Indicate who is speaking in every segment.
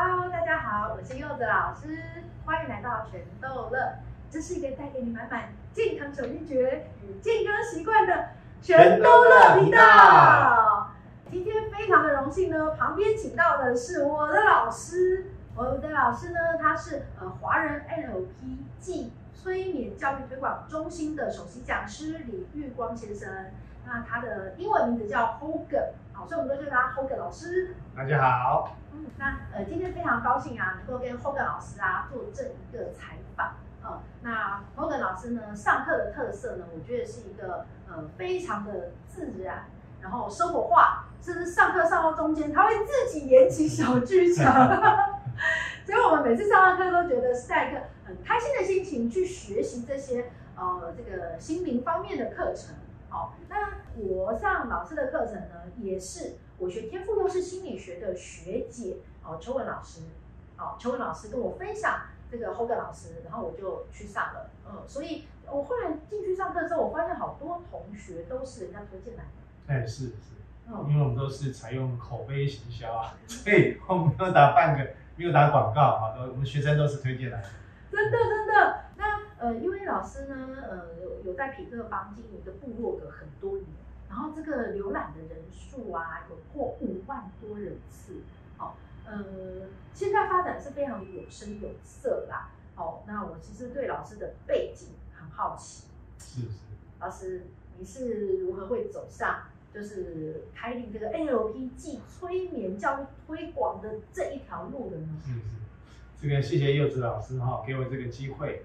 Speaker 1: 好，我是柚子老师，欢迎来到全豆乐。这是一个带给你满满健康小秘诀与健康习惯的全豆乐频道。今天非常的荣幸呢，旁边请到的是我的老师，我的老师呢，他是呃华人 NLP 暨催眠教育推广中心的首席讲师李玉光先生。那他的英文名字叫 Hogan，好，所以我们都叫他 Hogan 老师。
Speaker 2: 大家好，
Speaker 1: 嗯，那呃，今天非常高兴啊，能够跟 Hogan 老师啊做这一个采访。呃，那 Hogan 老师呢，上课的特色呢，我觉得是一个呃非常的自然，然后生活化，甚至上课上到中间，他会自己演起小剧场。所以我们每次上完课都觉得是在一个很开心的心情去学习这些呃这个心灵方面的课程。哦好，那我上老师的课程呢，也是我学天赋优势心理学的学姐哦，邱文老师，哦，邱文老师跟我分享这个 Hogan 老师，然后我就去上了，嗯，所以我后来进去上课之后，我发现好多同学都是人家推荐来的，
Speaker 2: 哎是是，
Speaker 1: 嗯，
Speaker 2: 因为我们都是采用口碑行销啊， 所以我们没有打半个，没有打广告啊，都我们学生都是推荐来的。
Speaker 1: 真的真的，那呃，因为老师呢，呃，有有在匹克邦经营一个部落格很多年，然后这个浏览的人数啊，有破五万多人次，呃，现在发展是非常的有声有色啦。哦，那我其实对老师的背景很好奇，
Speaker 2: 是是，
Speaker 1: 老师你是如何会走上就是开立这个 NLP 暨催眠教育推广的这一条路的呢？
Speaker 2: 是是，这个谢谢柚子老师哈、给我这个机会。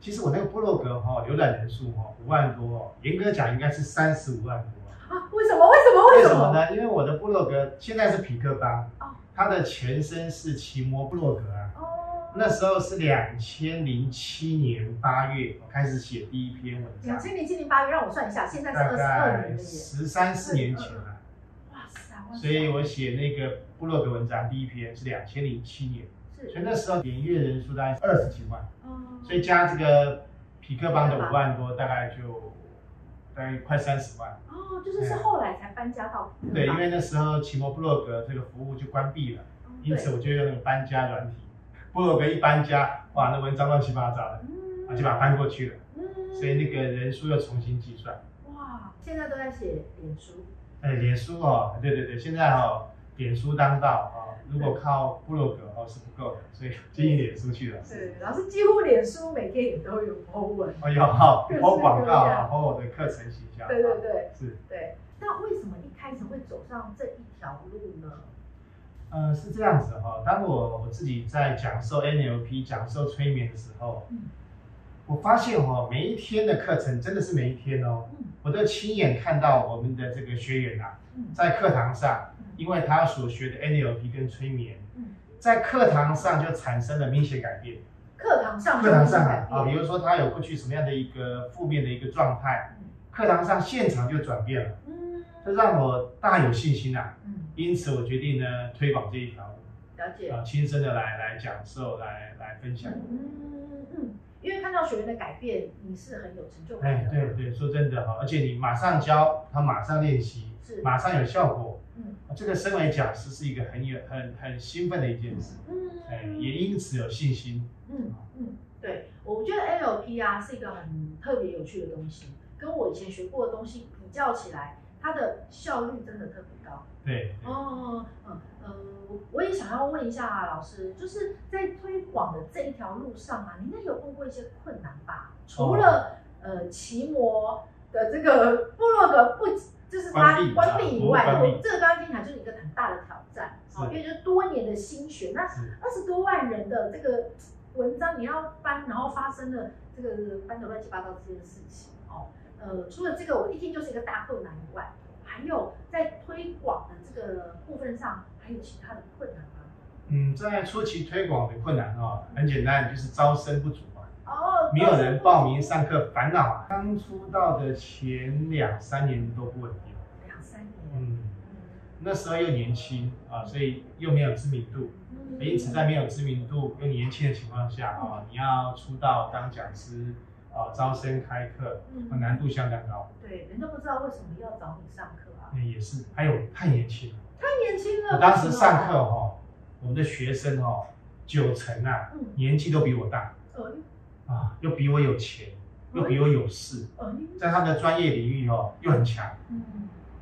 Speaker 2: 其实我那个部落格哈、浏览人数哈、五万多哦，严格讲应该是三十五万多。
Speaker 1: 啊，为什么？为什么？
Speaker 2: 为
Speaker 1: 什
Speaker 2: 什么？呢？因为我的部落格现在是匹克邦
Speaker 1: 哦，
Speaker 2: 它的前身是奇摩部落格啊。
Speaker 1: 哦，
Speaker 2: 那时候是两千零七年八月，我开始写第一篇文章
Speaker 1: 两，千年今年八月，让我算一下，现在是
Speaker 2: 大
Speaker 1: 二十二
Speaker 2: 概
Speaker 1: 年了耶！
Speaker 2: 十三四年前了。
Speaker 1: 哇塞，哇塞
Speaker 2: 所以我写那个部落格文章第一篇是两千零七年，所
Speaker 1: 是
Speaker 2: 以那时候点阅人数大概二十几万，
Speaker 1: 哦，
Speaker 2: 所以加这个匹克邦的五万多，大概就大概快三十万。
Speaker 1: 哦，就是是后来才搬家到
Speaker 2: 嗯对，因为那时候奇摩部落格这个服务就关闭了，因
Speaker 1: 嗯
Speaker 2: 此
Speaker 1: 对，
Speaker 2: 我就用那个搬家软体，部落格一搬家，哇，那文章乱七八糟的，
Speaker 1: 嗯
Speaker 2: 啊，就把它搬过去了。
Speaker 1: 嗯
Speaker 2: 所以那个人数要重新计算。
Speaker 1: 哇，现在都在写脸书，
Speaker 2: 哎，脸书哦，对对对，现在哦，脸书当道哦，如果靠部落格哦是不够的，所以经营脸书去了。
Speaker 1: 对，老师几乎脸书每天也都有 po 文，
Speaker 2: 哦有哦
Speaker 1: 各式，各
Speaker 2: 包广告
Speaker 1: 样
Speaker 2: 啊，包我的课程形象。
Speaker 1: 对对对
Speaker 2: 是，
Speaker 1: 对。那为什么一开始会走上这一条路呢？
Speaker 2: 呃，是这样子哈、哦。当我我自己在讲授 NLP、讲授催眠的时候，
Speaker 1: 嗯
Speaker 2: 我发现哦，每一天的课程真的是每一天哦，
Speaker 1: 嗯
Speaker 2: 我都亲眼看到我们的这个学员啊，
Speaker 1: 嗯
Speaker 2: 在课堂上
Speaker 1: 嗯，
Speaker 2: 因为他所学的 NLP 跟催眠，
Speaker 1: 嗯，
Speaker 2: 在课堂上就产生了明显改变。
Speaker 1: 课堂上
Speaker 2: 课堂上
Speaker 1: 改
Speaker 2: 啊，比
Speaker 1: 变，
Speaker 2: 如说他有过去什么样的一个负面的一个状态，课堂上现场就转变了，
Speaker 1: 嗯
Speaker 2: 这让我大有信心啊。
Speaker 1: 嗯，
Speaker 2: 因此，我决定呢推广这一条路，
Speaker 1: 了解，
Speaker 2: 啊，亲身的来来讲授，来来分享。
Speaker 1: 嗯嗯，因为看到学员的改变，你是很有成就感，
Speaker 2: 哎
Speaker 1: 的，
Speaker 2: 对，对，说真的哈，而且你马上教他，马上练习
Speaker 1: 是，
Speaker 2: 马上有效果。啊
Speaker 1: 嗯
Speaker 2: 这个身为讲师是一个很有很很兴奋的一件事，哎，
Speaker 1: 嗯，
Speaker 2: 也因此有信心。
Speaker 1: 嗯嗯，对，我觉得 NLP 啊是一个很特别有趣的东西，跟我以前学过的东西比较起来，它的效率真的特别高。
Speaker 2: 对，对
Speaker 1: 哦，嗯呃，我我也想要问一下、啊、老师，就是在推广的这一条路上啊，你应该有碰过一些困难吧？
Speaker 2: 哦
Speaker 1: 除了、呃骑摩的这个部落格不就是它
Speaker 2: 关闭
Speaker 1: 关闭以外，
Speaker 2: 啊关闭
Speaker 1: 这个刚刚听起来就是一个很大的挑战，
Speaker 2: 是
Speaker 1: 哦，因为就是多年的心血，那
Speaker 2: 是。
Speaker 1: 二十多万人的这个文章你要搬，然后发生了这个搬的乱七八糟这件事情哦。呃，除了这个我一听就是一个大困难以外，还有在推广的这个部分上还有其他的困难吗？
Speaker 2: 嗯，在初期推广的困难哦，很简单，就是招生不足嘛，
Speaker 1: 哦，
Speaker 2: 没有人报名上课，烦恼啊。刚出道的前两三年都不稳定，
Speaker 1: 两三年，
Speaker 2: 嗯，
Speaker 1: 嗯
Speaker 2: 那时候又年轻啊，所以又没有知名度，
Speaker 1: 嗯
Speaker 2: 因此嗯在没有知名度又年轻的情况下啊，你要出道当讲师啊，招生开课，啊
Speaker 1: 嗯
Speaker 2: 难度相当高，
Speaker 1: 对人都不知道为什么要找你上课啊，
Speaker 2: 那也是，还有太年轻了。
Speaker 1: 太年轻了。
Speaker 2: 我当时上课，哈、哦，我们的学生哈、哦，九成啊
Speaker 1: 嗯，
Speaker 2: 年纪都比我大
Speaker 1: 呃
Speaker 2: 啊，又比我有钱，又比我有势，
Speaker 1: 呃，
Speaker 2: 在他的专业领域哦又很强，
Speaker 1: 嗯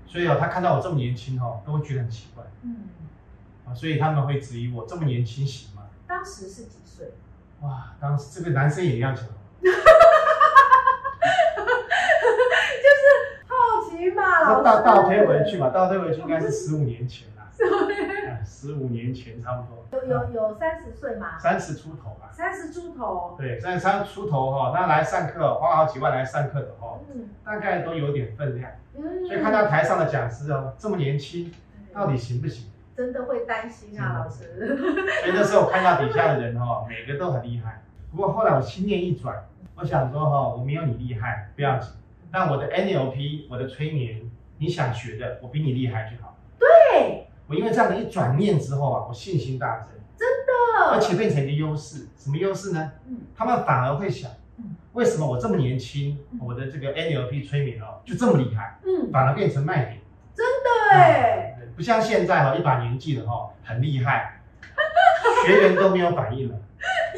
Speaker 2: 所以哦他看到我这么年轻哦，都会觉得很奇怪
Speaker 1: 嗯，
Speaker 2: 啊，所以他们会质疑我这么年轻行吗？
Speaker 1: 当时是几岁？
Speaker 2: 哇，当时这个男生也要讲，
Speaker 1: 好奇嘛，老
Speaker 2: 那
Speaker 1: 师。
Speaker 2: 倒倒推回去嘛，倒推回去应该是十五年前啦，哎十五年前差不多，
Speaker 1: 有有有三十岁嘛，
Speaker 2: 三十出头吧。
Speaker 1: 三十出头。
Speaker 2: 对，三十三出头哈、哦，那来上课哦花好几万来上课的哦，
Speaker 1: 嗯
Speaker 2: 大概都有点分量，
Speaker 1: 嗯，
Speaker 2: 所以看到台上的讲师哦，这么年轻，到
Speaker 1: 底
Speaker 2: 底行不行？
Speaker 1: 真的会担心啊，老师。
Speaker 2: 所以哎那时候我看到底下的人哦，每个都很厉害。不过后来我心念一转，我想说哈、哦，我没有你厉害，不要紧。但我的 NLP，我的催眠，你想学的，我比你厉害就好。
Speaker 1: 对，
Speaker 2: 我因为这样的一转念之后啊，我信心大增，而且变成一个优势。什么优势呢？
Speaker 1: 嗯
Speaker 2: 他们反而会想
Speaker 1: 嗯，
Speaker 2: 为什么我这么年轻
Speaker 1: 嗯，
Speaker 2: 我的这个 NLP 催眠哦就这么厉害，
Speaker 1: 嗯，
Speaker 2: 反而变成卖点。
Speaker 1: 对，
Speaker 2: 啊，不像现在哦，一把年纪了哦，很厉害，学员都没有反应了。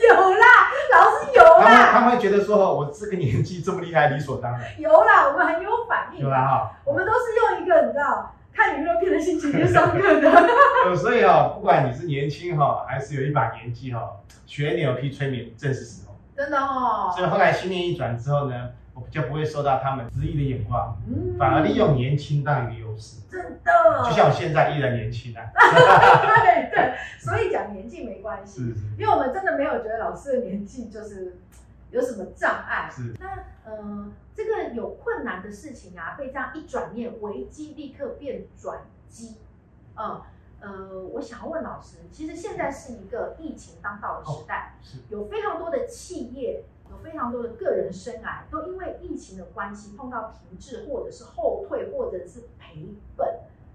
Speaker 1: 有啦，老师有
Speaker 2: 他们
Speaker 1: 啦，
Speaker 2: 他们会觉得说哦，我这个年纪这么厉害，理所当 然，
Speaker 1: 有啦，我们很有反应
Speaker 2: 对。吧？
Speaker 1: 我们都是用一个你知道看娱乐片的心情去上课的。
Speaker 2: 哈，所以哦，不管你是年轻哈、哦，还是有一把年纪哈、哦，学 NLP 催眠正是时候。
Speaker 1: 真的哦。
Speaker 2: 所以后来心念一转之后呢，我就不会受到他们质疑的眼光，
Speaker 1: 嗯
Speaker 2: 反而利用年轻当一个优势。
Speaker 1: 真的，
Speaker 2: 就像我现在依然年轻啊，
Speaker 1: 对对，所以讲年纪没关系，
Speaker 2: 是是
Speaker 1: 因为我们真的没有觉得老师的年纪就是有什么障碍。
Speaker 2: 是，
Speaker 1: 那呃，这个有困难的事情啊，被这样一转念，危机立刻变转机。嗯呃，我想要问老师，其实现在是一个疫情当道的时代，
Speaker 2: 是
Speaker 1: 有非常多的企业，有非常多的个人生涯，都因为疫情的关系碰到停滞，或者是后退，或者是赔本，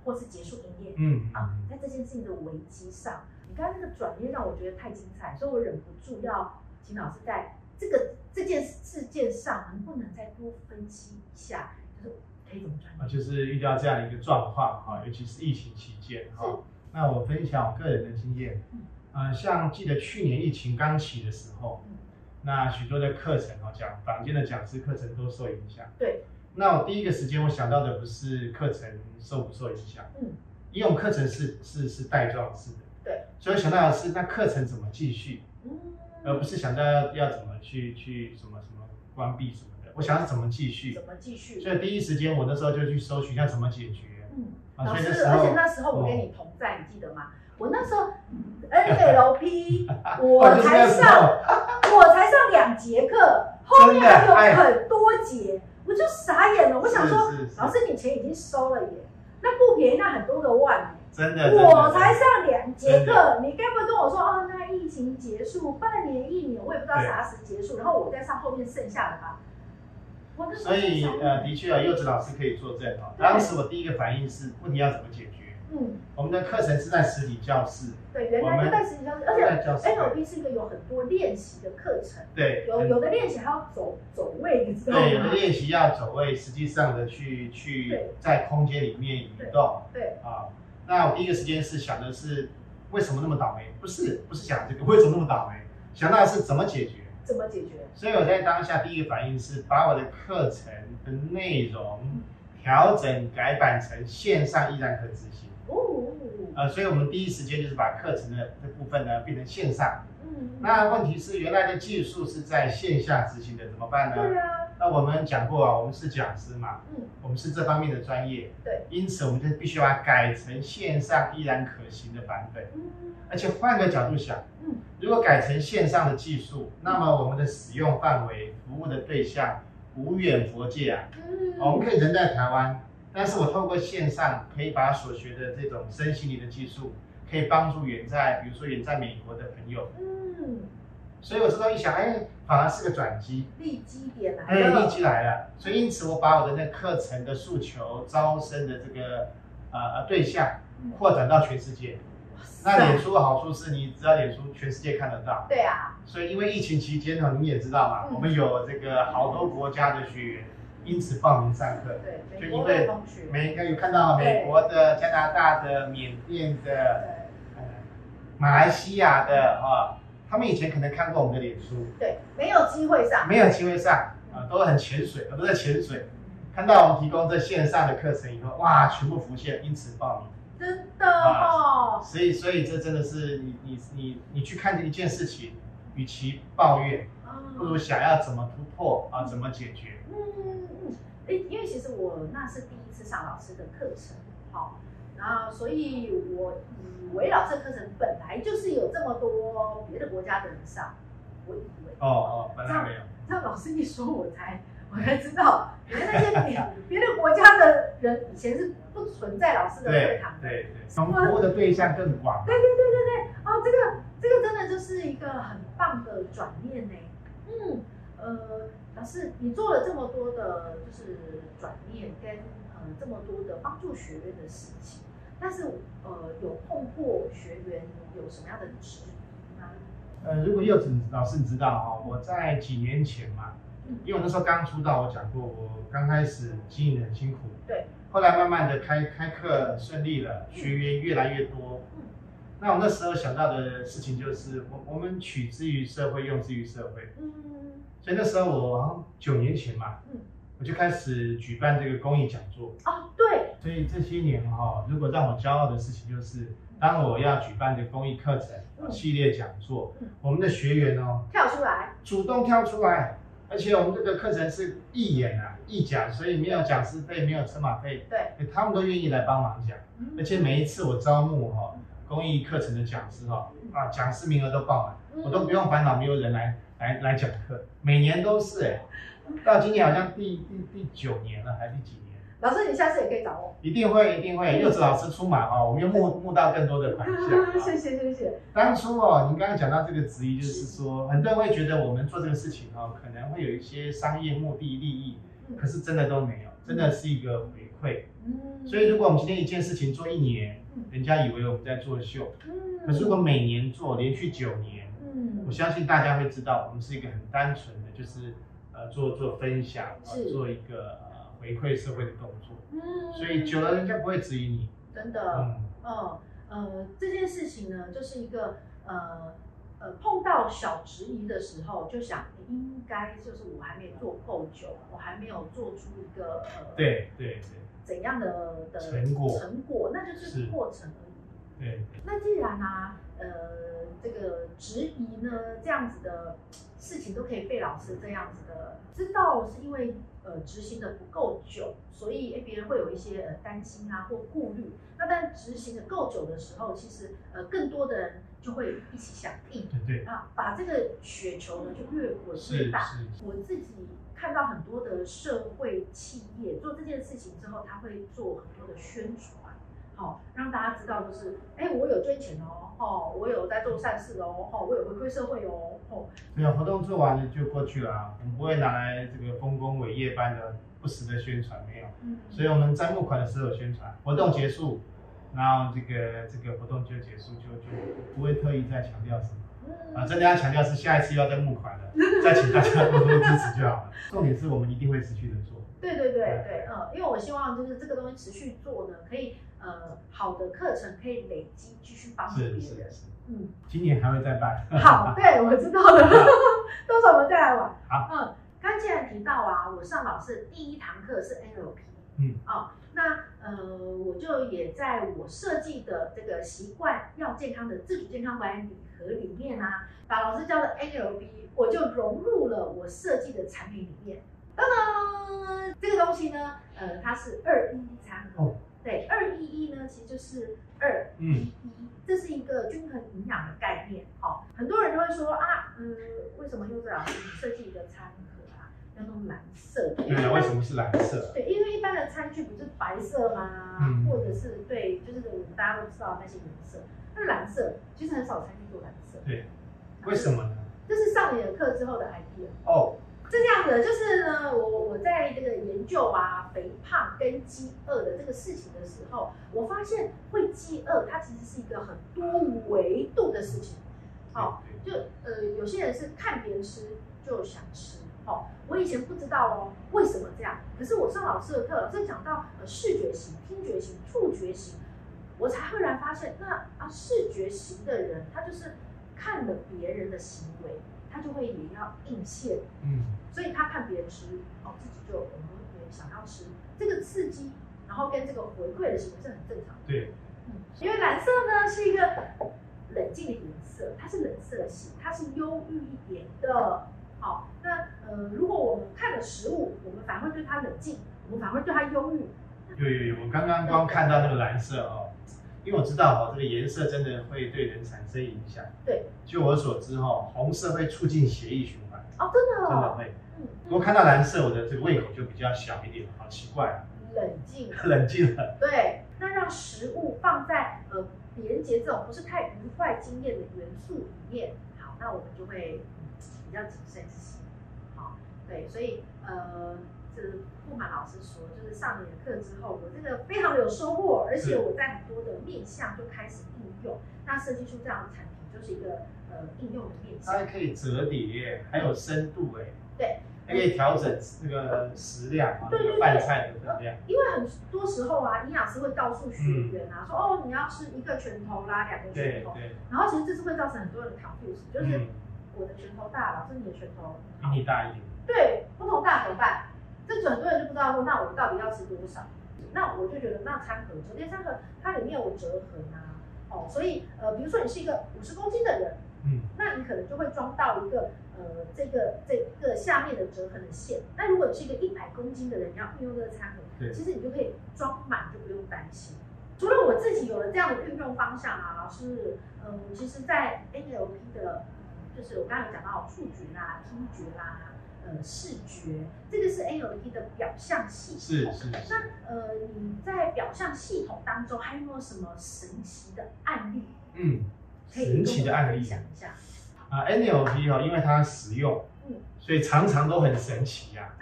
Speaker 1: 或是结束营业。
Speaker 2: 嗯
Speaker 1: 啊，在这件事情的危机上，你刚刚那个转变让我觉得太精彩，所以我忍不住要请老师在这个这件事件上，能不能再多分析一下，就是可以怎么转变？
Speaker 2: 啊，就是遇到这样的一个状况啊哈，尤其是疫情期间哈
Speaker 1: 是。
Speaker 2: 那我分享我个人的经验
Speaker 1: 嗯，
Speaker 2: 呃，像记得去年疫情刚起的时候
Speaker 1: 嗯，
Speaker 2: 那许多的课程哦，讲坊间的讲师课程都受影响。
Speaker 1: 对。
Speaker 2: 那我第一个时间我想到的不是课程受不受影响，
Speaker 1: 嗯，
Speaker 2: 因为我们课程是是是带状式的，
Speaker 1: 对，
Speaker 2: 所以我想到的是那课程怎么继续，
Speaker 1: 嗯，
Speaker 2: 而不是想到要要怎么去去什么什么关闭什么的，我想要怎么继续
Speaker 1: 怎。么继续？
Speaker 2: 所以第一时间我那时候就去搜寻要怎么解决。
Speaker 1: 嗯，
Speaker 2: 啊，
Speaker 1: 老
Speaker 2: 所以
Speaker 1: 师，
Speaker 2: 那时
Speaker 1: 而且
Speaker 2: 候哦
Speaker 1: 那时候我跟你同在，你记得吗？我那时候 NLP，
Speaker 2: 哦
Speaker 1: 我
Speaker 2: 就是
Speaker 1: 才
Speaker 2: 那时
Speaker 1: 上
Speaker 2: 候
Speaker 1: 我才上两节课，后面还有很多节，我就傻眼了。我想说
Speaker 2: 哎是是，是
Speaker 1: 老师你钱已经收了耶，那不便宜，那很多个万耶。
Speaker 2: 真的，真的
Speaker 1: 我才上两节课，你该不会跟我说哦？那疫情结束半年一年，我也不知道啥时结束，然后我再上后面剩下的吧。我那时候
Speaker 2: 所
Speaker 1: 就
Speaker 2: 以
Speaker 1: 想
Speaker 2: 呃，的确啊，柚子老师可以作证啊。
Speaker 1: 对
Speaker 2: 当时我第一个反应是问题要怎么解决。
Speaker 1: 嗯，
Speaker 2: 我们的课程是在实体教室，
Speaker 1: 对，原
Speaker 2: 我
Speaker 1: 来
Speaker 2: 们
Speaker 1: 这段时间就是，
Speaker 2: 我们在教
Speaker 1: 而
Speaker 2: 室
Speaker 1: 且 NLP 是一个有很多练习的课程，
Speaker 2: 对，
Speaker 1: 有有的练习还要走走位，你知道吗？
Speaker 2: 嗯对，有的练习要走位，实际上的去去
Speaker 1: 对
Speaker 2: 在空间里面移动
Speaker 1: 对，
Speaker 2: 啊。那我第一个时间是想的是为什么那么倒霉？不是，不是想这个为什么那么倒霉，想到的是怎么解决。
Speaker 1: 怎么解决？
Speaker 2: 所以我在当下第一个反应是把我的课程的内容调整改版成线上依然可执行。
Speaker 1: 哦，
Speaker 2: 呃，所以我们第一时间就是把课程的这部分呢变成线上。
Speaker 1: 嗯，
Speaker 2: 那问题是原来的技术是在线下执行的，怎么办
Speaker 1: 对
Speaker 2: 呢？
Speaker 1: 啊，
Speaker 2: 那我们讲过啊，我们是讲师嘛，
Speaker 1: 嗯，
Speaker 2: 我们是这方面的专业，
Speaker 1: 对，
Speaker 2: 因此我们就必须把它改成线上依然可行的版本。
Speaker 1: 嗯
Speaker 2: 而且换个角度想，
Speaker 1: 嗯，
Speaker 2: 如果改成线上的技术，那么我们的使用范围、服务的对象无远佛界啊。
Speaker 1: 嗯，
Speaker 2: 我们可以人在台湾，但是我透过线上可以把所学的这种身心灵的技术，可以帮助远在，比如说远在美国的朋友。
Speaker 1: 嗯，
Speaker 2: 所以我这时候一想，哎，反而是个转机，
Speaker 1: 立基点来
Speaker 2: 哎，
Speaker 1: 了，
Speaker 2: 利基来了。所以因此我把我的那课程的诉求、招生的这个呃呃对象
Speaker 1: 嗯
Speaker 2: 扩展到全世界。
Speaker 1: 哇塞
Speaker 2: 那脸书的好处是你只要脸书全世界看得到，
Speaker 1: 对啊，
Speaker 2: 所以因为疫情期间呢，你也知道嘛，
Speaker 1: 嗯
Speaker 2: 我们有这个好多国家的学员因此报名上课，
Speaker 1: 对，美
Speaker 2: 就
Speaker 1: 国
Speaker 2: 因
Speaker 1: 的
Speaker 2: 为
Speaker 1: 同学，
Speaker 2: 每个有看到美国的、加拿大的、缅甸的、
Speaker 1: 对
Speaker 2: 呃马来西亚的啊、他们以前可能看过我们的脸书，
Speaker 1: 对，没有机会上，
Speaker 2: 没有机会上啊、都很潜水，呃都在潜水。看到我们提供这线上的课程以后，哇，全部浮现，因此报名。
Speaker 1: 真的哦，
Speaker 2: 所以，所以这真的是你你你你去看这一件事情，与其抱怨，不如
Speaker 1: 嗯
Speaker 2: 想要怎么突破啊，怎么解决。
Speaker 1: 嗯嗯，诶因为其实我那是第一次上老师的课程，好、然后所以我以为老师的课程本来就是有这么多别的国家的人上，我以为，
Speaker 2: 哦哦，本来没有。
Speaker 1: 这样老师一说，我才我才知道，原来那些 别别的国家的人以前是不存在老师的课
Speaker 2: 对
Speaker 1: 堂的。
Speaker 2: 对对，我们服务的对象更广。
Speaker 1: 对对对对对，哦，这个这个真的就是一个很棒的转念呢。嗯，呃，老师，你做了这么多的，就是转念跟呃这么多的帮助学员的事情，但是呃有碰过学员有什么样的质疑吗？
Speaker 2: 呃，如果柚子老师你知道哦，我在几年前嘛
Speaker 1: 嗯，
Speaker 2: 因为我那时候刚出道，我讲过我刚开始经营得很辛苦，
Speaker 1: 对，
Speaker 2: 后来慢慢的开开课顺利了，学员越来越多
Speaker 1: 嗯。
Speaker 2: 那我那时候想到的事情就是，我我们取之于社会，用之于社会，
Speaker 1: 嗯
Speaker 2: 所以那时候我好像九年前嘛，
Speaker 1: 嗯
Speaker 2: 我就开始举办这个公益讲座。
Speaker 1: 哦，对，
Speaker 2: 所以这些年哈、如果让我骄傲的事情就是，当我要举办的公益课程、
Speaker 1: 嗯
Speaker 2: 系列讲座
Speaker 1: 嗯，
Speaker 2: 我们的学员哦
Speaker 1: 跳出来，
Speaker 2: 主动跳出来，而且我们这个课程是义演啊义讲，所以没有讲师费，没有车马费，
Speaker 1: 对，
Speaker 2: 他们都愿意来帮忙讲，
Speaker 1: 嗯
Speaker 2: 而且每一次我招募哈、公益课程的讲师哈、啊讲师名额都爆满，
Speaker 1: 嗯
Speaker 2: 我都不用烦恼没有人来来来讲课，每年都是哎、到今年好像第第第九年了，还是第几年？
Speaker 1: 老师，你下次也可以找我。
Speaker 2: 一定会，一定会。柚子老师出马哦，我们又募募到更多的款项、
Speaker 1: 谢
Speaker 2: 啊。
Speaker 1: 谢谢谢，
Speaker 2: 当初哦，您刚刚讲到这个质疑，就是说很多人会觉得我们做这个事情哦，可能会有一些商业目的利益，可是真的都没有，真的是一个回馈。
Speaker 1: 嗯
Speaker 2: 所以如果我们今天一件事情做一年
Speaker 1: 嗯，
Speaker 2: 人家以为我们在作秀；
Speaker 1: 嗯
Speaker 2: 可是如果每年做，连续九年，
Speaker 1: 嗯
Speaker 2: 我相信大家会知道，我们是一个很单纯的，就是呃做做分享，呃
Speaker 1: 是
Speaker 2: 做一个呃回馈社会的动作。
Speaker 1: 嗯
Speaker 2: 所以久了，人家不会质疑你。
Speaker 1: 真的，
Speaker 2: 嗯。
Speaker 1: 呃呃，这件事情呢，就是一个呃呃碰到小质疑的时候，就想诶应该就是我还没做够久，我还没有做出一个呃
Speaker 2: 对对
Speaker 1: 怎样的的
Speaker 2: 成果
Speaker 1: 成果，那就是
Speaker 2: 是
Speaker 1: 过程而已。
Speaker 2: 对对，
Speaker 1: 那既然啊，呃，这个质疑呢，这样子的事情都可以被老师这样子的知道，是因为呃执行的不够久，所以诶别人会有一些呃担心啊或顾虑。那但执行的够久的时候，其实呃更多的人就会一起响应
Speaker 2: 对对
Speaker 1: 啊，把这个雪球呢就越滚
Speaker 2: 是
Speaker 1: 越
Speaker 2: 是
Speaker 1: 大。我自己看到很多的社会企业做这件事情之后，他会做很多的宣传，好、让大家知道就是，哎，我有捐钱哦，哦，我有在做善事哦，哦，我有回馈社会哦，哦，
Speaker 2: 对啊，活动做完了就过去了啊，我们不会拿来这个丰功伟业般的不时的宣传，没有。
Speaker 1: 嗯，
Speaker 2: 所以我们在募款的时候有宣传，活动结束，然后这个这个活动就结束，就就不会特意再强调什么啊。
Speaker 1: 嗯，
Speaker 2: 真的要强调是下一次要再募款了，再请大家多多支持就好了。重点是我们一定会持续的做。
Speaker 1: 对对对对，嗯，因为我希望就是这个东西持续做呢，可以呃好的课程可以累积，继续帮助别
Speaker 2: 是是
Speaker 1: 人，
Speaker 2: 是，
Speaker 1: 嗯。
Speaker 2: 今年还会再办。
Speaker 1: 好，对，我知道了。 到时候我们再来玩。
Speaker 2: 好，
Speaker 1: 嗯，刚既然提到啊，我上老师的第一堂课是 NLP，
Speaker 2: 嗯，
Speaker 1: 哦，那呃，我就也在我设计的这个习惯要健康的自主健康管理礼盒里面啊，把老师教的 NLP，我就融入了我设计的产品里面。当当，这个东西呢，呃，它是二一一餐盒。
Speaker 2: 哦
Speaker 1: 对，二一一呢，其实就是二
Speaker 2: 嗯，
Speaker 1: 这是一个均衡营养的概念。哦，很多人都会说啊，嗯，为什么柚子老师设计的餐盒啊要弄蓝色的？
Speaker 2: 对啊，为什么是蓝色？
Speaker 1: 对，因为一般的餐具不是白色吗？
Speaker 2: 嗯
Speaker 1: 或者是对，就是我们大家都知道那些颜色。那蓝色其实很少餐具做蓝色，
Speaker 2: 对，为什？么呢？
Speaker 1: 这是上你的课之后的 idea。
Speaker 2: 哦，
Speaker 1: 是这样的，就是呢，我我在这个研究啊肥胖跟饥饿的这个事情的时候，我发现会饥饿，它其实是一个很多维度的事情。好
Speaker 2: 对，对
Speaker 1: 就呃，有些人是看别人吃就想吃，哦，我以前不知道哦，为什么这样？可是我上老师的课，老师讲到呃视觉型、听觉型、触觉型，我才赫然发现，那啊视觉型的人，他就是看了别人的行为，他就会也要应现，
Speaker 2: 嗯，
Speaker 1: 所以他看别人吃，哦，自己就我们也想要吃，这个刺激，然后跟这个回馈的行为是很正常的。
Speaker 2: 对，
Speaker 1: 嗯，因为蓝色呢是一个冷静的颜色，它是冷色系，它是忧郁一点的。好，那呃，如果我们看了食物，我们反而会对它冷静，我们反而会对它忧郁。
Speaker 2: 有有有，我刚刚光看到那个蓝色哦，因为我知道哦，这个颜色真的会对人产生影响。
Speaker 1: 对，
Speaker 2: 据我所知哦，红色会促进血液循环，
Speaker 1: 哦，真的
Speaker 2: 真的
Speaker 1: 哦，
Speaker 2: 会。
Speaker 1: 嗯，
Speaker 2: 我看到蓝色，我的这个胃口就比较小一点，好奇怪，
Speaker 1: 冷静。
Speaker 2: 冷静了。
Speaker 1: 对，那让食物放在呃连接这种不是太愉快经验的元素里面，好，那我们就会嗯比较谨慎一些。好，对，所以呃，就是不瞒老师说，就是上你的课之后，我这个非常的有收获，而且
Speaker 2: 是
Speaker 1: 我在很多的面向就开始应用。那设计出这样的产品就是一个呃应用的面
Speaker 2: 它还
Speaker 1: 向。
Speaker 2: 可以折叠，还有深度哎。
Speaker 1: 对，
Speaker 2: 还可以调整那个食量啊，那
Speaker 1: 对
Speaker 2: 个饭菜的分量。
Speaker 1: 因为很多时候啊，营养师会告诉学员啊，说哦，你要吃一个拳头啦，两个拳
Speaker 2: 对
Speaker 1: 头，
Speaker 2: 对，
Speaker 1: 然后其实这是会造成很多人的 confuse，就是
Speaker 2: 嗯，啊
Speaker 1: 我的拳头大，老师你的拳头
Speaker 2: 比你大一点。
Speaker 1: 对不同大怎么办？这很多人就不知道说，那我到底要吃多少？那我就觉得那餐盒折叠餐盒，它里面有折痕啊，哦，所以呃，比如说你是一个五十公斤的人，
Speaker 2: 嗯，
Speaker 1: 那你可能就会装到一个呃这个这个下面的折痕的线。那如果你是一个一百公斤的人，你要运用这个餐盒，
Speaker 2: 对
Speaker 1: 其实你就可以装满，就不用担心。除了我自己有了这样的运用方向啊，老师，嗯，其实，在 NLP 的，呃就是我刚刚有讲到触觉啦、听觉啦、呃视觉，这个是 NLP 的表象系
Speaker 2: 是
Speaker 1: 统。
Speaker 2: 是
Speaker 1: 那
Speaker 2: 是，
Speaker 1: 呃，你在表象系统当中还有没有什么神奇的案例
Speaker 2: 嗯
Speaker 1: 可以跟我们
Speaker 2: 神奇的案例
Speaker 1: 分享一下？
Speaker 2: 啊，NLP 哦，因为它实用
Speaker 1: 嗯，
Speaker 2: 所以常常都很神奇呀。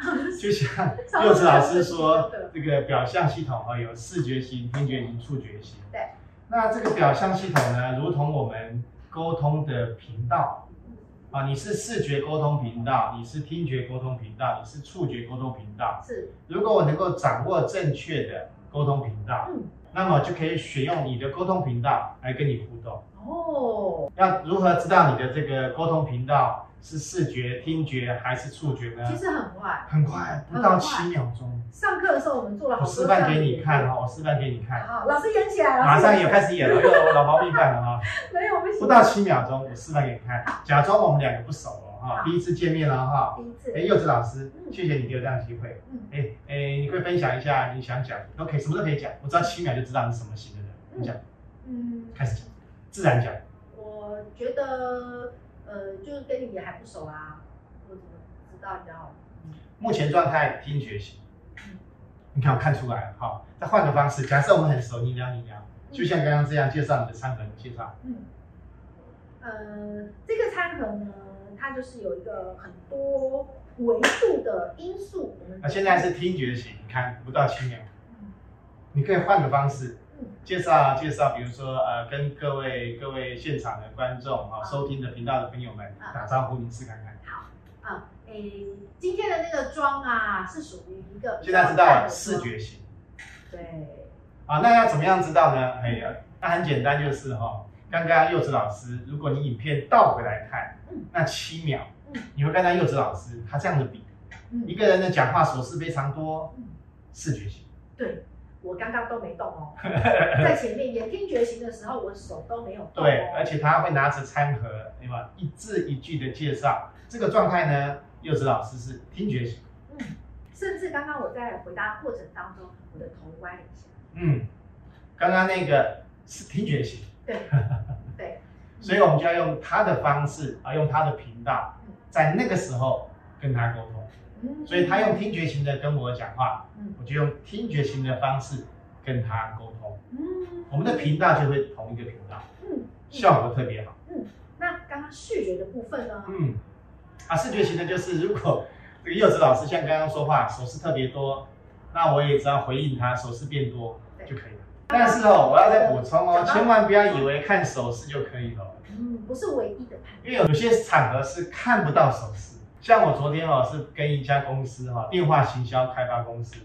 Speaker 2: 就像幼稚老师说，这个表象系统哦，有视觉型、听觉型、触觉型。
Speaker 1: 对。
Speaker 2: 那这个表象系统呢，如同我们沟通的频道，
Speaker 1: 嗯
Speaker 2: 啊，你是视觉沟通频道，你是听觉沟通频道，你是触觉沟通频道。
Speaker 1: 是，
Speaker 2: 如果我能够掌握正确的沟通频道，
Speaker 1: 嗯，
Speaker 2: 那么就可以选用你的沟通频道来跟你互动。
Speaker 1: 哦，
Speaker 2: 要如何知道你的这个沟通频道是视觉、听觉还是触觉呢？
Speaker 1: 其实很快。
Speaker 2: 很快，不到七秒钟。
Speaker 1: 上课的时候我们做了好
Speaker 2: 我
Speaker 1: 多
Speaker 2: 示范
Speaker 1: 这样
Speaker 2: 给
Speaker 1: 的
Speaker 2: 你
Speaker 1: 演
Speaker 2: 看哦
Speaker 1: 练。
Speaker 2: 哈，我示范给你看，
Speaker 1: 好，老师演起来，老
Speaker 2: 马
Speaker 1: 师
Speaker 2: 上
Speaker 1: 演
Speaker 2: 也
Speaker 1: 起来
Speaker 2: 开始演了，又有老毛病犯了哈。
Speaker 1: 没有，我们
Speaker 2: 不到七秒钟，我示范给你看，假装我们两个不熟哦哈，第一次见面了哈。
Speaker 1: 第一次嗯
Speaker 2: 哎，，柚子老师，谢谢你给我这样的机会。哎哎，你可以分享一下你想讲，都可以，什么都可以讲。我只要七秒就知道你是什么型的人。你讲，
Speaker 1: 嗯，
Speaker 2: 开始讲，自然讲。
Speaker 1: 我觉得呃，就是跟你也还不熟啊，我怎么知道你知道？
Speaker 2: 目前状态听觉型，你看我看出来了哈。再换个方式，假设我们很熟，你聊你聊，就像刚刚这样介绍你的餐盒，你介绍。
Speaker 1: 嗯，呃，这个餐盒呢，它就是有一个很多维度的因素。我们
Speaker 2: 那啊现在是听觉型，你看不到七秒，
Speaker 1: 嗯
Speaker 2: 你可以换个方式
Speaker 1: 嗯
Speaker 2: 介绍介绍，比如说呃，跟各位各位现场的观众啊，收听的频道的朋友们
Speaker 1: 啊
Speaker 2: 打招呼，你试看看。
Speaker 1: 啊，诶，今天的那个妆啊，是属于一个
Speaker 2: 现在知道了，视觉型。
Speaker 1: 对，
Speaker 2: 啊，那要怎么样知道呢？哎呀，那很简单，就是哈、刚刚柚子老师，如果你影片倒回来看
Speaker 1: 嗯，
Speaker 2: 那七秒
Speaker 1: 嗯，
Speaker 2: 你会看到柚子老师他这样的比，一
Speaker 1: 嗯，
Speaker 2: 个人的讲话手势非常多
Speaker 1: 嗯，
Speaker 2: 视觉型，
Speaker 1: 对我刚刚都没动 哦，在前面也听觉型的时候，我手都没有动、哦。
Speaker 2: 对，而且他会拿着餐盒，对吧？一字一句的介绍，这个状态呢，柚子老师是听觉型，
Speaker 1: 嗯，甚至刚刚我在回答过程当中，我的头歪了一下。
Speaker 2: 嗯，刚刚那个是听觉型，
Speaker 1: 对，对，
Speaker 2: 所以我们就要用他的方式啊，用他的频道
Speaker 1: 嗯，
Speaker 2: 在那个时候跟他沟通。
Speaker 1: 嗯
Speaker 2: 所以他用听觉型的跟我讲话，
Speaker 1: 嗯
Speaker 2: 我就用听觉型的方式跟他沟通，
Speaker 1: 嗯
Speaker 2: 我们的频道就会同一个频道，
Speaker 1: 嗯
Speaker 2: 效果特别好。
Speaker 1: 那刚刚视觉的部分呢？
Speaker 2: 嗯，啊，视觉型的就是如果这个柚子老师像刚刚说话手势特别多，那我也只要回应他手势变多
Speaker 1: 对
Speaker 2: 就可以了。但是哦，我要再补充哦
Speaker 1: 讲，到
Speaker 2: 千万不要以为看手势就可以了，
Speaker 1: 嗯，不是唯一的判
Speaker 2: 因为有些场合是看不到手势。像我昨天哦，是跟一家公司哈、电话行销开发公司，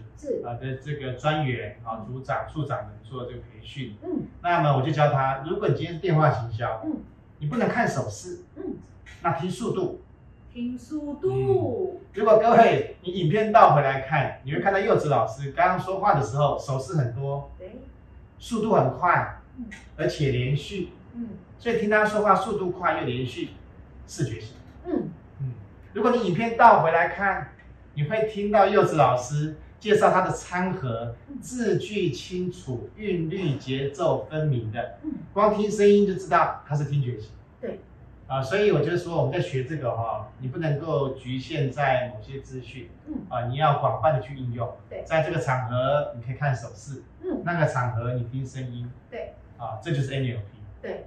Speaker 1: 断是，
Speaker 2: 啊的这个专员啊、组长、处长们做这个培训。
Speaker 1: 嗯
Speaker 2: 那么我就教他，如果你今天是电话行销，
Speaker 1: 嗯，
Speaker 2: 你不能看手势，
Speaker 1: 嗯，
Speaker 2: 那听速度。
Speaker 1: 听速度，
Speaker 2: 如果各位你影片倒回来看，你会看到柚子老师刚刚说话的时候手势很多，
Speaker 1: 对，
Speaker 2: 速度很快
Speaker 1: 嗯，
Speaker 2: 而且连续，
Speaker 1: 嗯
Speaker 2: 所以听他说话速度快又连续，视觉型。
Speaker 1: 嗯，
Speaker 2: 嗯，如果你影片倒回来看，你会听到柚子老师介绍他的餐盒，
Speaker 1: 嗯
Speaker 2: 字句清楚，韵律节奏分明的，
Speaker 1: 嗯
Speaker 2: 光听声音就知道它是听觉型。
Speaker 1: 对。
Speaker 2: 啊，所以我就说我们在学这个哈、你不能够局限在某些资讯，
Speaker 1: 嗯
Speaker 2: 啊，你要广泛的去应用。
Speaker 1: 对
Speaker 2: 在这个场合你可以看手势，
Speaker 1: 嗯
Speaker 2: 那个场合你听声音，
Speaker 1: 对，
Speaker 2: 啊，这就是 NLP。
Speaker 1: 对。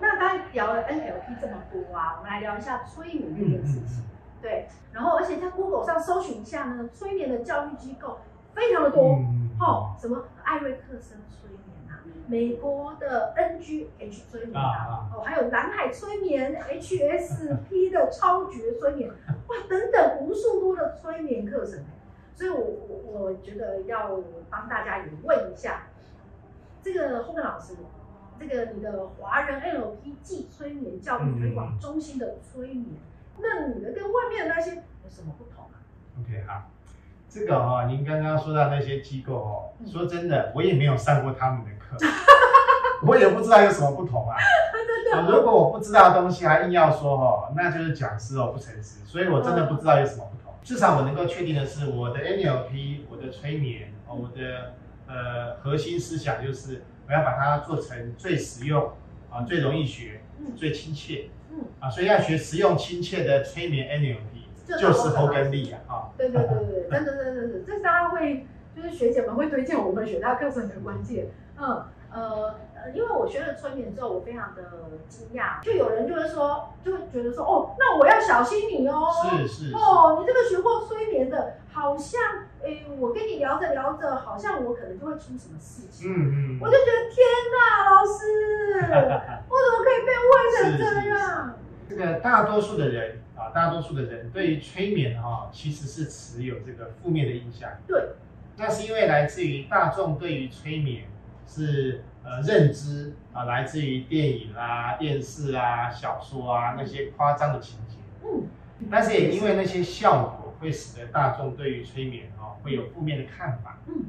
Speaker 1: 那刚才聊了 NLP 这么多啊，我们来聊一下催眠这
Speaker 2: 嗯
Speaker 1: 件事情。对，然后而且在 Google 上搜寻一下呢，催眠的教育机构非常的多。
Speaker 2: 嗯
Speaker 1: 哦，什么艾瑞克森催眠啊，美国的 NGH 催眠啊，哦，还有蓝海催眠、HSP 的超觉催眠，哇，等等无数多的催眠课程、欸所以我我我觉得要帮大家也问一下，这个后面老师，这个你的华人 NLP 暨催眠教育推广中心的催眠，那你的跟外面的那些有什么不同啊？
Speaker 2: OK，好，这个哈、您刚刚说到那些机构哦，
Speaker 1: 嗯
Speaker 2: 说真的，我也没有上过他们的 课，我也不知道有什么不同啊。呃如果我不知道的东西还硬要说哦，那就是讲师哦不诚实，所以我真的不知道有什么不
Speaker 1: 嗯
Speaker 2: 同。至少我能够确定的是，我的 NLP，我的催眠，哦，
Speaker 1: 嗯
Speaker 2: 我的呃核心思想就是我要把它做成最实用啊、最容易学、
Speaker 1: 嗯
Speaker 2: 最亲切
Speaker 1: 嗯，
Speaker 2: 啊，所以要学实用亲切的催眠 NLP，
Speaker 1: 就
Speaker 2: 就是是
Speaker 1: 欧
Speaker 2: 欧
Speaker 1: 根
Speaker 2: 根力啊。啊
Speaker 1: 对对对对，对，真的真的真的，这是大家会就是学姐们会推荐我们学到课程的关键。嗯呃呃，因为我学了催眠之后，我非常的惊讶，就有人就会说，就会觉得说，哦，那我要小心你哦。
Speaker 2: 是是是，
Speaker 1: 哦，你这个学过催眠的，好像诶，我跟你聊着聊着，好像我可能就会出什么事情，
Speaker 2: 嗯嗯，
Speaker 1: 我就觉得天哪，老师，我 怎么可以被问成这样？
Speaker 2: 这个大多数的人啊，大多数的人对于催眠哈、其实是持有这个负面的印象。
Speaker 1: 对，
Speaker 2: 那是因为来自于大众对于催眠是呃认知啊，来自于电影啊、电视啊、小说啊那些夸张的情节。
Speaker 1: 嗯，
Speaker 2: 但是也因为那些效果，会使得大众对于催眠哦会有负面的看法。
Speaker 1: 嗯，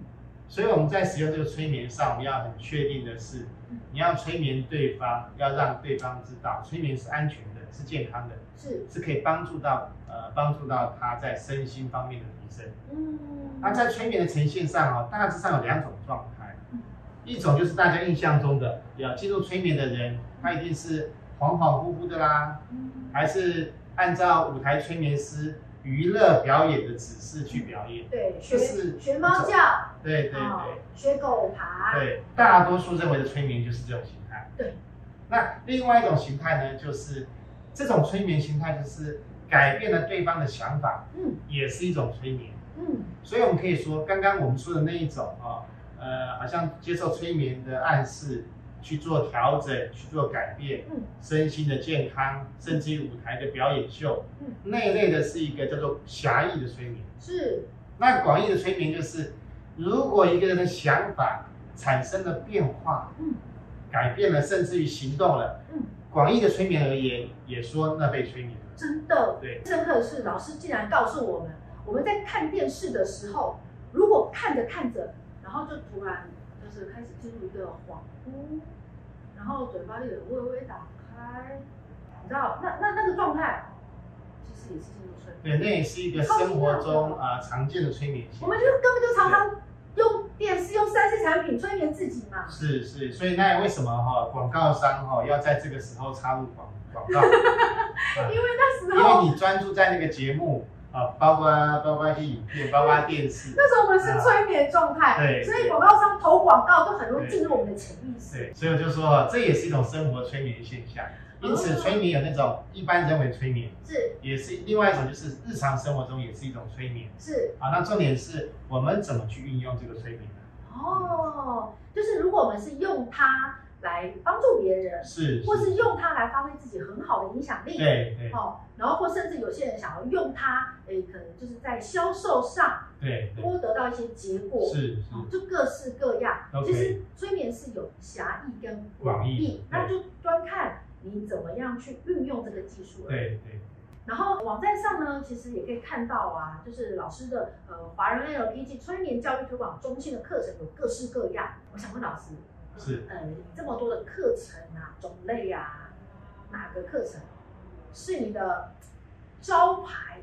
Speaker 2: 所以我们在使用这个催眠上，我们要很确定的是
Speaker 1: 嗯，
Speaker 2: 你要催眠对方，要让对方知道催眠是安全的，是健康的，
Speaker 1: 是，
Speaker 2: 是可以帮助到呃帮助到他在身心方面的提升。
Speaker 1: 嗯，
Speaker 2: 那在催眠的呈现上哦，大致上有两种状态
Speaker 1: 嗯，
Speaker 2: 一种就是大家印象中的，要进入催眠的人，他一定是恍恍惚惚的啦，
Speaker 1: 嗯
Speaker 2: 还是按照舞台催眠师娱乐表演的指示去表演。
Speaker 1: 对，学
Speaker 2: 这是
Speaker 1: 学猫叫。
Speaker 2: 对对
Speaker 1: 哦
Speaker 2: 对，
Speaker 1: 学狗爬，
Speaker 2: 对，大多数认为的催眠就是这种形态。
Speaker 1: 对，
Speaker 2: 那另外一种形态呢，就是这种催眠形态就是改变了对方的想法，
Speaker 1: 嗯
Speaker 2: 也是一种催眠。
Speaker 1: 嗯
Speaker 2: 所以我们可以说，刚刚我们说的那一种啊、呃，好像接受催眠的暗示去做调整、去做改变，
Speaker 1: 嗯
Speaker 2: 身心的健康，甚至于舞台的表演秀，
Speaker 1: 嗯
Speaker 2: 那一类的是一个叫做狭义的催眠。
Speaker 1: 是，
Speaker 2: 那广义的催眠就是，如果一个人的想法产生了变化，
Speaker 1: 嗯
Speaker 2: 改变了，甚至于行动了，
Speaker 1: 嗯，
Speaker 2: 广义的催眠而言，也说那被催眠了。
Speaker 1: 真的。
Speaker 2: 对，
Speaker 1: 深刻的是，老师竟然告诉我们，我们在看电视的时候，如果看着看着，然后就突然就是开始进入一个恍惚，然后嘴巴就有微微打开，你知道，那那那个状态，其实也是进入睡眠。
Speaker 2: 对，那也是一个生活中啊、呃常见的催眠现
Speaker 1: 我们
Speaker 2: 象
Speaker 1: 就根本就常常用电视、用三 C 产品催眠自己嘛。
Speaker 2: 是是，所以那为什么哈、广告商哈、要在这个时候插入广广 告？
Speaker 1: 因为那时
Speaker 2: 因为
Speaker 1: 候，
Speaker 2: 你专注在那个节目啊，包括包括影片，包括电视，
Speaker 1: 那时候我们是催眠状态，
Speaker 2: 对
Speaker 1: 所以广告商投广告都很容易进入我们的潜意识。
Speaker 2: 对，所以我就说哈这也是一种生活催眠现象。因此，催眠有那种一般认为催眠，
Speaker 1: 是
Speaker 2: 也是另外一种，就是日常生活中也是一种催眠。
Speaker 1: 是
Speaker 2: 啊，那重点是我们怎么去运用这个催眠呢？
Speaker 1: 哦，就是如果我们是用它来帮助别人，
Speaker 2: 是，
Speaker 1: 或是用它来发挥自己很好的影响力，
Speaker 2: 对对
Speaker 1: 哦，然后或甚至有些人想要用它，诶，可能就是在销售上
Speaker 2: 对对，
Speaker 1: 多得到一些结果，
Speaker 2: 是是
Speaker 1: 哦，就各式各样。
Speaker 2: OK
Speaker 1: 其实催眠是有狭义跟
Speaker 2: 广义
Speaker 1: 那
Speaker 2: 对
Speaker 1: 就端看你怎么样去运用这个技术。。
Speaker 2: 对对，
Speaker 1: 然后网站上呢，其实也可以看到啊，就是老师的呃华人 NLP 及催眠教育推广中心的课程有各式各样。我想问老师，
Speaker 2: 是
Speaker 1: 呃，你这么多的课程啊，种类啊，哪个课程是你的招牌？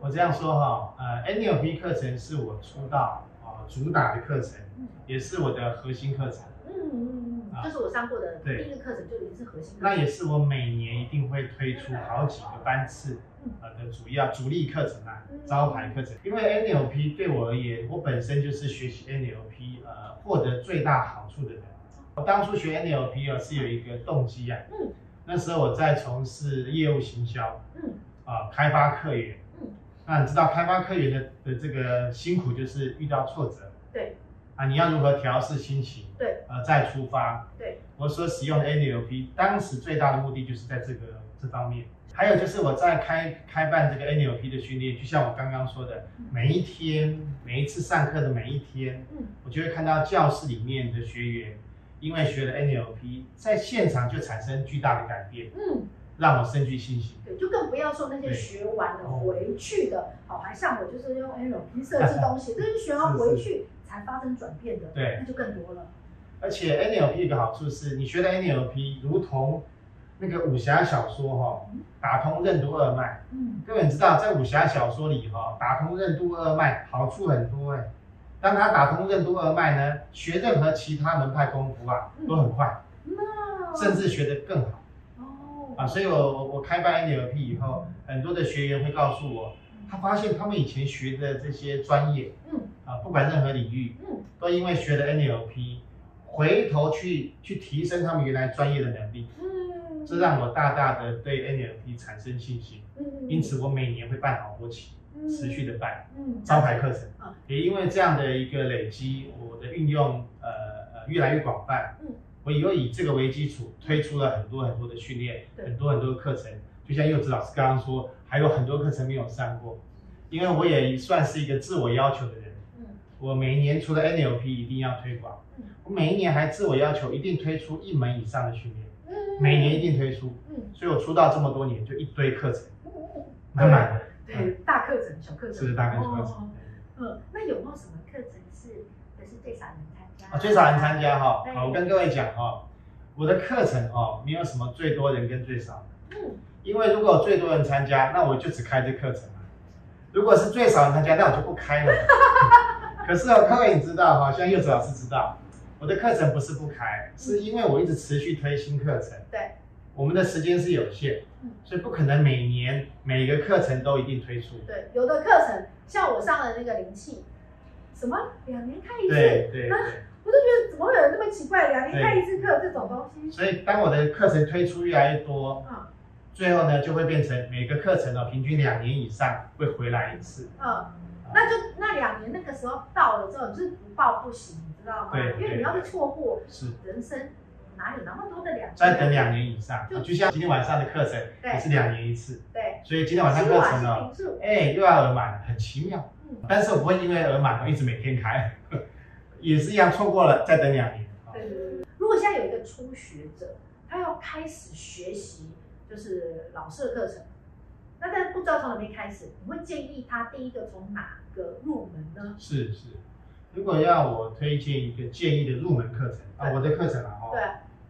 Speaker 2: 我这样说哈，呃，NLP 课程是我出道啊、主打的课程，
Speaker 1: 嗯
Speaker 2: 也是我的核心课程，
Speaker 1: 嗯嗯嗯，
Speaker 2: 啊
Speaker 1: 就是我上过的第
Speaker 2: 对
Speaker 1: 一个课程就已经是核心课
Speaker 2: 那
Speaker 1: 程。
Speaker 2: 也是我每年一定会推出好几个班次呃的主要主力课程啊
Speaker 1: 嗯，
Speaker 2: 招牌课程。因为 NLP 对我而言，我本身就是学习 NLP 呃获得最大好处的人。我当初学 NLP 啊是有一个动机啊，
Speaker 1: 嗯
Speaker 2: 那时候我在从事业务行销
Speaker 1: 嗯
Speaker 2: 啊、开发客源。
Speaker 1: 嗯
Speaker 2: 那你知道开发客源的的这个辛苦就是遇到挫折，
Speaker 1: 对
Speaker 2: 啊，你要如何调试心情？
Speaker 1: 对，
Speaker 2: 呃，再出发。
Speaker 1: 对，
Speaker 2: 我所使用的 NLP，当时最大的目的就是在这个这方面。还有就是我在开开办这个 NLP 的训练，就像我刚刚说的
Speaker 1: 嗯，
Speaker 2: 每一天，每一次上课的每一天，
Speaker 1: 嗯
Speaker 2: 我就会看到教室里面的学员，因为学了 NLP，在现场就产生巨大的改变，
Speaker 1: 嗯，
Speaker 2: 让我深具信心。
Speaker 1: 对，就更不要说那些
Speaker 2: 对
Speaker 1: 学完了
Speaker 2: 哦啊
Speaker 1: 回去的，好、还像我就是用 NLP 设置东西，这是学完
Speaker 2: 是
Speaker 1: 回
Speaker 2: 是
Speaker 1: 去才发生转变的，
Speaker 2: 对
Speaker 1: 那就更多了。
Speaker 2: 而且 NLP 有一个好处是，你学的 NLP 如同那个武侠小说哈、哦
Speaker 1: 嗯，
Speaker 2: 打通任督二脉。
Speaker 1: 嗯
Speaker 2: 各位你知道，在武侠小说里哈、打通任督二脉好处很多哎。当他打通任督二脉呢，学任何其他门派功夫啊
Speaker 1: 嗯哦
Speaker 2: 都很快，
Speaker 1: 那
Speaker 2: 甚至学得更好
Speaker 1: 哦
Speaker 2: 啊。所以我我我开办 NLP 以后，很多的学员会告诉我，他发现他们以前学的这些专业
Speaker 1: 嗯
Speaker 2: 啊，不管任何领域，
Speaker 1: 嗯
Speaker 2: 都因为学了 NLP，回头去去提升他们原来专业的能力，
Speaker 1: 嗯，
Speaker 2: 这让我大大的对 NLP 产生信心。
Speaker 1: 嗯
Speaker 2: 因此，我每年会办好多期，
Speaker 1: 嗯
Speaker 2: 持续的办
Speaker 1: 嗯
Speaker 2: 招牌课程
Speaker 1: 嗯。
Speaker 2: 也因为这样的一个累积，我的运用呃呃越来越广泛
Speaker 1: 嗯。
Speaker 2: 我又以这个为基础，推出了很多很多的训练，
Speaker 1: 对
Speaker 2: 很多很多的课程。就像柚子老师刚刚说，还有很多课程没有上过，因为我也算是一个自我要求的人。
Speaker 1: 嗯
Speaker 2: 我每一年除了 NLP 一定要推广
Speaker 1: 嗯，
Speaker 2: 我每一年还自我要求一定推出一门以上的训练，
Speaker 1: 嗯
Speaker 2: 每年一定推出，
Speaker 1: 嗯
Speaker 2: 所以我出道这么多年就一堆课程，
Speaker 1: 嗯嗯
Speaker 2: 满满的，
Speaker 1: 对大课程小课程
Speaker 2: 是不是大概是课
Speaker 1: 哦
Speaker 2: 程？
Speaker 1: 嗯，那有没有什么课程是就是最少人参加？
Speaker 2: 啊，最少人参加哈
Speaker 1: 对，
Speaker 2: 好，我跟各位讲哈，我的课程哦，没有什么最多人跟最少的，
Speaker 1: 嗯
Speaker 2: 因为如果有最多人参加，那我就只开这课程了；如果是最少人参加，那我就不 开了。可是哦，各位你知道哈，像柚子老师知道，我的课程不是不开，是因为我一直持续推新课程，
Speaker 1: 对，
Speaker 2: 我们的时间是有限
Speaker 1: 嗯，
Speaker 2: 所以不可能每年每个课程都一定 推出。
Speaker 1: 对，有的课程像我上的那个灵气，什么两年开一次，
Speaker 2: 对对
Speaker 1: 那
Speaker 2: 对。
Speaker 1: 我就觉得怎么会有人那么奇怪，两年
Speaker 2: 对
Speaker 1: 开一次课这种东西？
Speaker 2: 所以当我的课程推出越来越多，
Speaker 1: 嗯
Speaker 2: 最后呢就会变成每个课程哦，平均两年以上会回来一次。
Speaker 1: 嗯，那就那两年那个时候到了之后，你就是不报不行，你知道吗？
Speaker 2: 对
Speaker 1: 因为你要是错过，
Speaker 2: 是，
Speaker 1: 人生哪有那么多的两年？
Speaker 2: 再等两年以上，
Speaker 1: 就
Speaker 2: 就像今天晚上的课程
Speaker 1: 对
Speaker 2: 也是两年一次，
Speaker 1: 对，
Speaker 2: 所以今天晚上课程
Speaker 1: 是
Speaker 2: 哦，
Speaker 1: 民宿，
Speaker 2: 哎，又要额满了，很奇妙。
Speaker 1: 嗯，
Speaker 2: 但是我不会因为额满而一直每天开， 也是一样错过了再等两年。哦
Speaker 1: 对对对对。如果现在有一个初学者，他要开始学习就是老师的课程，那但不知道从哪边开始，你会建议他第一个从哪个入门呢？
Speaker 2: 是是，如果要我推荐一个建议的入门课程啊，
Speaker 1: 对
Speaker 2: 我的课程啊，哦，
Speaker 1: 对，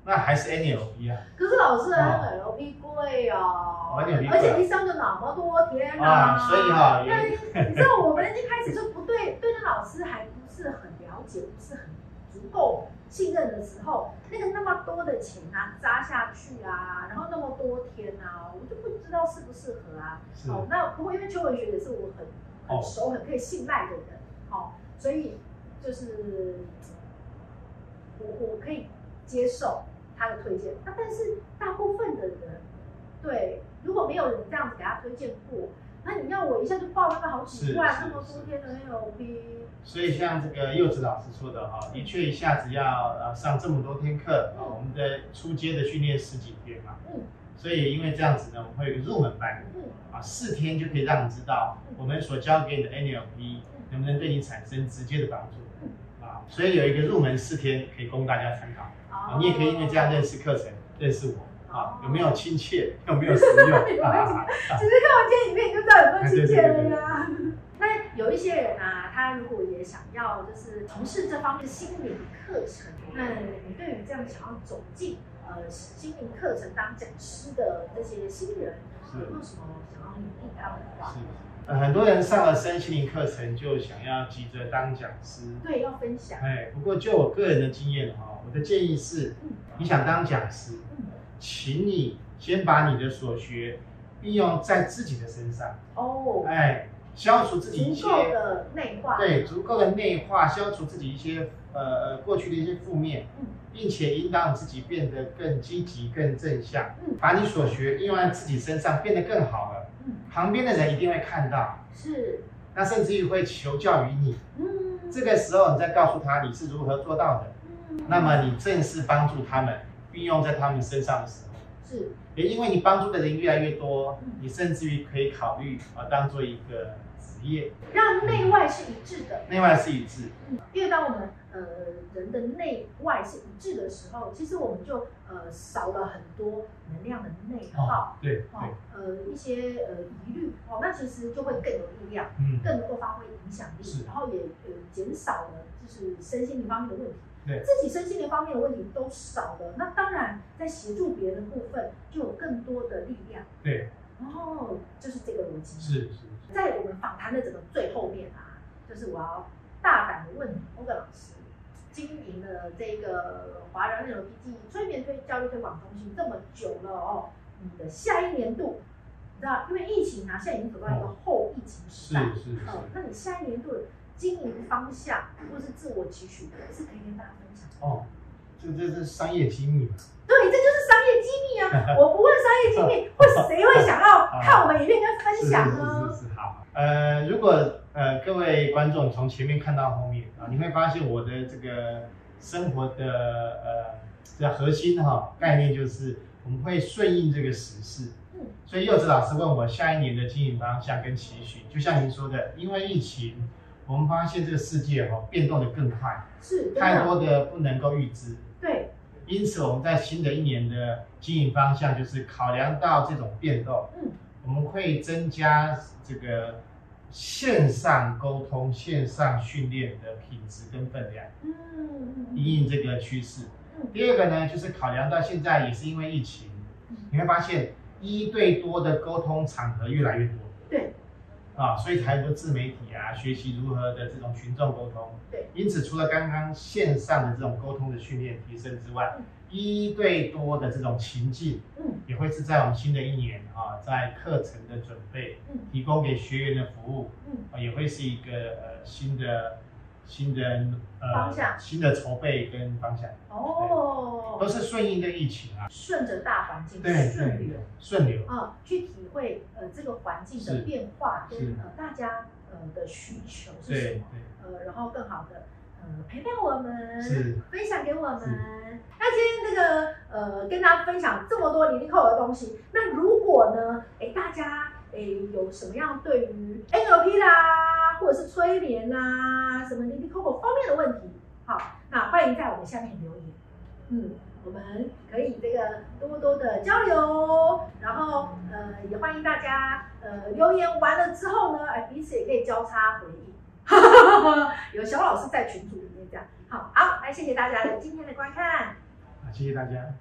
Speaker 2: 那还是 NLP 啊。
Speaker 1: 可是老师 NLP 贵哦，
Speaker 2: 哦，NLP 贵
Speaker 1: 而且一上就那么多天
Speaker 2: 啊，所以哈、
Speaker 1: 那
Speaker 2: 也
Speaker 1: 你知道我们一开始就不对，对那老师还不是很了解，不是很足够信任的时候，那个那么多的钱啊砸下去啊，然后那么多天啊，我就不知道适不适合啊。
Speaker 2: 是
Speaker 1: 哦，那不过因为邱文学也是我很很
Speaker 2: 哦
Speaker 1: 熟、很可以信赖的人，哦，所以就是我我可以接受他的推荐。那但是大部分的人，对，如果没有人这样子给他推荐过，那你要我一下就报那个好几万、
Speaker 2: 是
Speaker 1: 那
Speaker 2: 是
Speaker 1: 么多天的 NLP，
Speaker 2: 所以像这个柚子老师说的哈、的确一下子要呃上这么多天课，啊，我们的初阶的训练十几天嘛，
Speaker 1: 嗯
Speaker 2: 所以因为这样子呢，我们会有一个入门班
Speaker 1: 嗯
Speaker 2: 啊，四天就可以让你知道
Speaker 1: 嗯
Speaker 2: 我们所教给你的 NLP 能不能对你产生直接的帮助啊，所以有一个入门四天可以供大家参考
Speaker 1: 哦
Speaker 2: 啊，你也可以因为这样认识课程，认识我，啊，有没有亲切，有没有实用 啊？
Speaker 1: 其实看完电影里面你就知道有没有亲切了呀。那有一些人啊，他如果也想要就是从事这方面心灵课程，那
Speaker 2: 嗯
Speaker 1: 你对于这样想要走进呃心灵课程当讲师的这些新人，
Speaker 2: 是
Speaker 1: 有没有什么想要鼓励他们的话
Speaker 2: 是？呃很多人上了身心灵课程就想要急着当讲师，
Speaker 1: 对，要分享。
Speaker 2: 哎，不过就我个人的经验哈、我的建议是
Speaker 1: 嗯，
Speaker 2: 你想当讲师，
Speaker 1: 嗯，
Speaker 2: 请你先把你的所学运用在自己的身上，
Speaker 1: 哦，
Speaker 2: 哎，消除自己一
Speaker 1: 足
Speaker 2: 些
Speaker 1: 够的内化。
Speaker 2: 对足够的内化，消除自己一些呃呃过去的一些负面，
Speaker 1: 嗯
Speaker 2: 并且引导自己变得更积极、更正向，
Speaker 1: 嗯
Speaker 2: 把你所学应用在自己身上，变得更好了，
Speaker 1: 嗯，
Speaker 2: 旁边的人一定会看到，
Speaker 1: 是，
Speaker 2: 那甚至于会求教于你。
Speaker 1: 嗯，
Speaker 2: 这个时候，你再告诉他你是如何做到的，
Speaker 1: 嗯
Speaker 2: 那么你正式帮助他们运用在他们身上的时候。
Speaker 1: 是
Speaker 2: 也因为你帮助的人越来越多
Speaker 1: 嗯，
Speaker 2: 你甚至于可以考虑啊当做一个职业，
Speaker 1: 让内外是一致的。
Speaker 2: 内外是一致。
Speaker 1: 嗯，因为当我们呃人的内外是一致的时候，其实我们就呃少了很多能量的内耗，，
Speaker 2: 对
Speaker 1: 哦
Speaker 2: 对，，
Speaker 1: 呃一些呃疑虑，哦，那其实就会更有力量，
Speaker 2: 嗯，
Speaker 1: 更能够发挥影响力
Speaker 2: 是，
Speaker 1: 然后也呃减少了就是身心灵方面的问题。
Speaker 2: 对
Speaker 1: 自己身心灵方面的问题都少了，那当然在协助别人的部分就有更多的力量。
Speaker 2: 对，
Speaker 1: 哦，就是这个逻辑。
Speaker 2: 是是是，
Speaker 1: 在我们访谈的整个最后面啊，就是我要大胆的问欧格老师，经营了这个华人 n l p 催眠推教育推广中心这么久了哦，你的下一年度，你知道，因为疫情啊，现在已经走到一个后疫情时
Speaker 2: 是
Speaker 1: 代，
Speaker 2: 是是。
Speaker 1: 哦，那你下一年度的经营方向或是自我期许，是可以跟大家分享的。
Speaker 2: 哦，这这是商业机密嘛？
Speaker 1: 对，这就是商业机密 啊！我不问商业机密，会谁会想要看我们影片跟分
Speaker 2: 是
Speaker 1: 享 呢？
Speaker 2: 是是是是，好。呃，如果呃各位观众从前面看到后面啊，你会发现我的这个生活的呃这核心哈、概念就是我们会顺应这个时事。
Speaker 1: 嗯
Speaker 2: 所以柚子老师问我下一年的经营方向跟期许，就像您说的，因为疫情，我们发现这个世界哈、变动的更快，
Speaker 1: 是，真
Speaker 2: 太
Speaker 1: 的，
Speaker 2: 多的不能够预知。
Speaker 1: 对。
Speaker 2: 因此，我们在新的一年的经营方向就是考量到这种变动，
Speaker 1: 嗯，
Speaker 2: 我们会增加这个线上沟通、线上训练的品质跟分量，
Speaker 1: 嗯嗯嗯
Speaker 2: 因应这个趋势。
Speaker 1: 嗯
Speaker 2: 第二个呢，就是考量到现在也是因为疫情
Speaker 1: 嗯，
Speaker 2: 你会发现一对多的沟通场合越来越多，
Speaker 1: 对，
Speaker 2: 啊，所以才多自媒体啊，学习如何的这种群众沟通。
Speaker 1: 对，
Speaker 2: 因此除了刚刚线上的这种沟通的训练提升之外
Speaker 1: 嗯，
Speaker 2: 一对多的这种情境
Speaker 1: 嗯
Speaker 2: 也会是在我们新的一年啊，在课程的准备
Speaker 1: 嗯，
Speaker 2: 提供给学员的服务，
Speaker 1: 嗯，
Speaker 2: 啊，也会是一个呃新的新的呃
Speaker 1: 方向
Speaker 2: 新的筹备跟方向，都
Speaker 1: 哦，
Speaker 2: 是顺应的疫情啊，
Speaker 1: 顺着大环境
Speaker 2: 对
Speaker 1: 顺
Speaker 2: 对
Speaker 1: 流
Speaker 2: 顺流，
Speaker 1: 啊，去体会呃这个环境的
Speaker 2: 是
Speaker 1: 变化跟
Speaker 2: 是
Speaker 1: 呃大家呃的需求是
Speaker 2: 对
Speaker 1: 什
Speaker 2: 对
Speaker 1: 么，呃，然后更好的呃陪伴我们，
Speaker 2: 是
Speaker 1: 分享给我们。那今天这个呃跟大家分享这么多零零扣的东西，那如果呢，哎大家哎有什么样对于 NLP 啦，或者是催眠啦，什么零零扣扣方面的问题，好，那欢迎在我们下面留言。嗯，我们可以这个多多的交流，然后呃也欢迎大家呃留言完了之后呢，哎彼此也可以交叉回应。有小老师在群组里面这样。好，好，来谢谢大家的今天的观看。
Speaker 2: 啊，谢谢大家。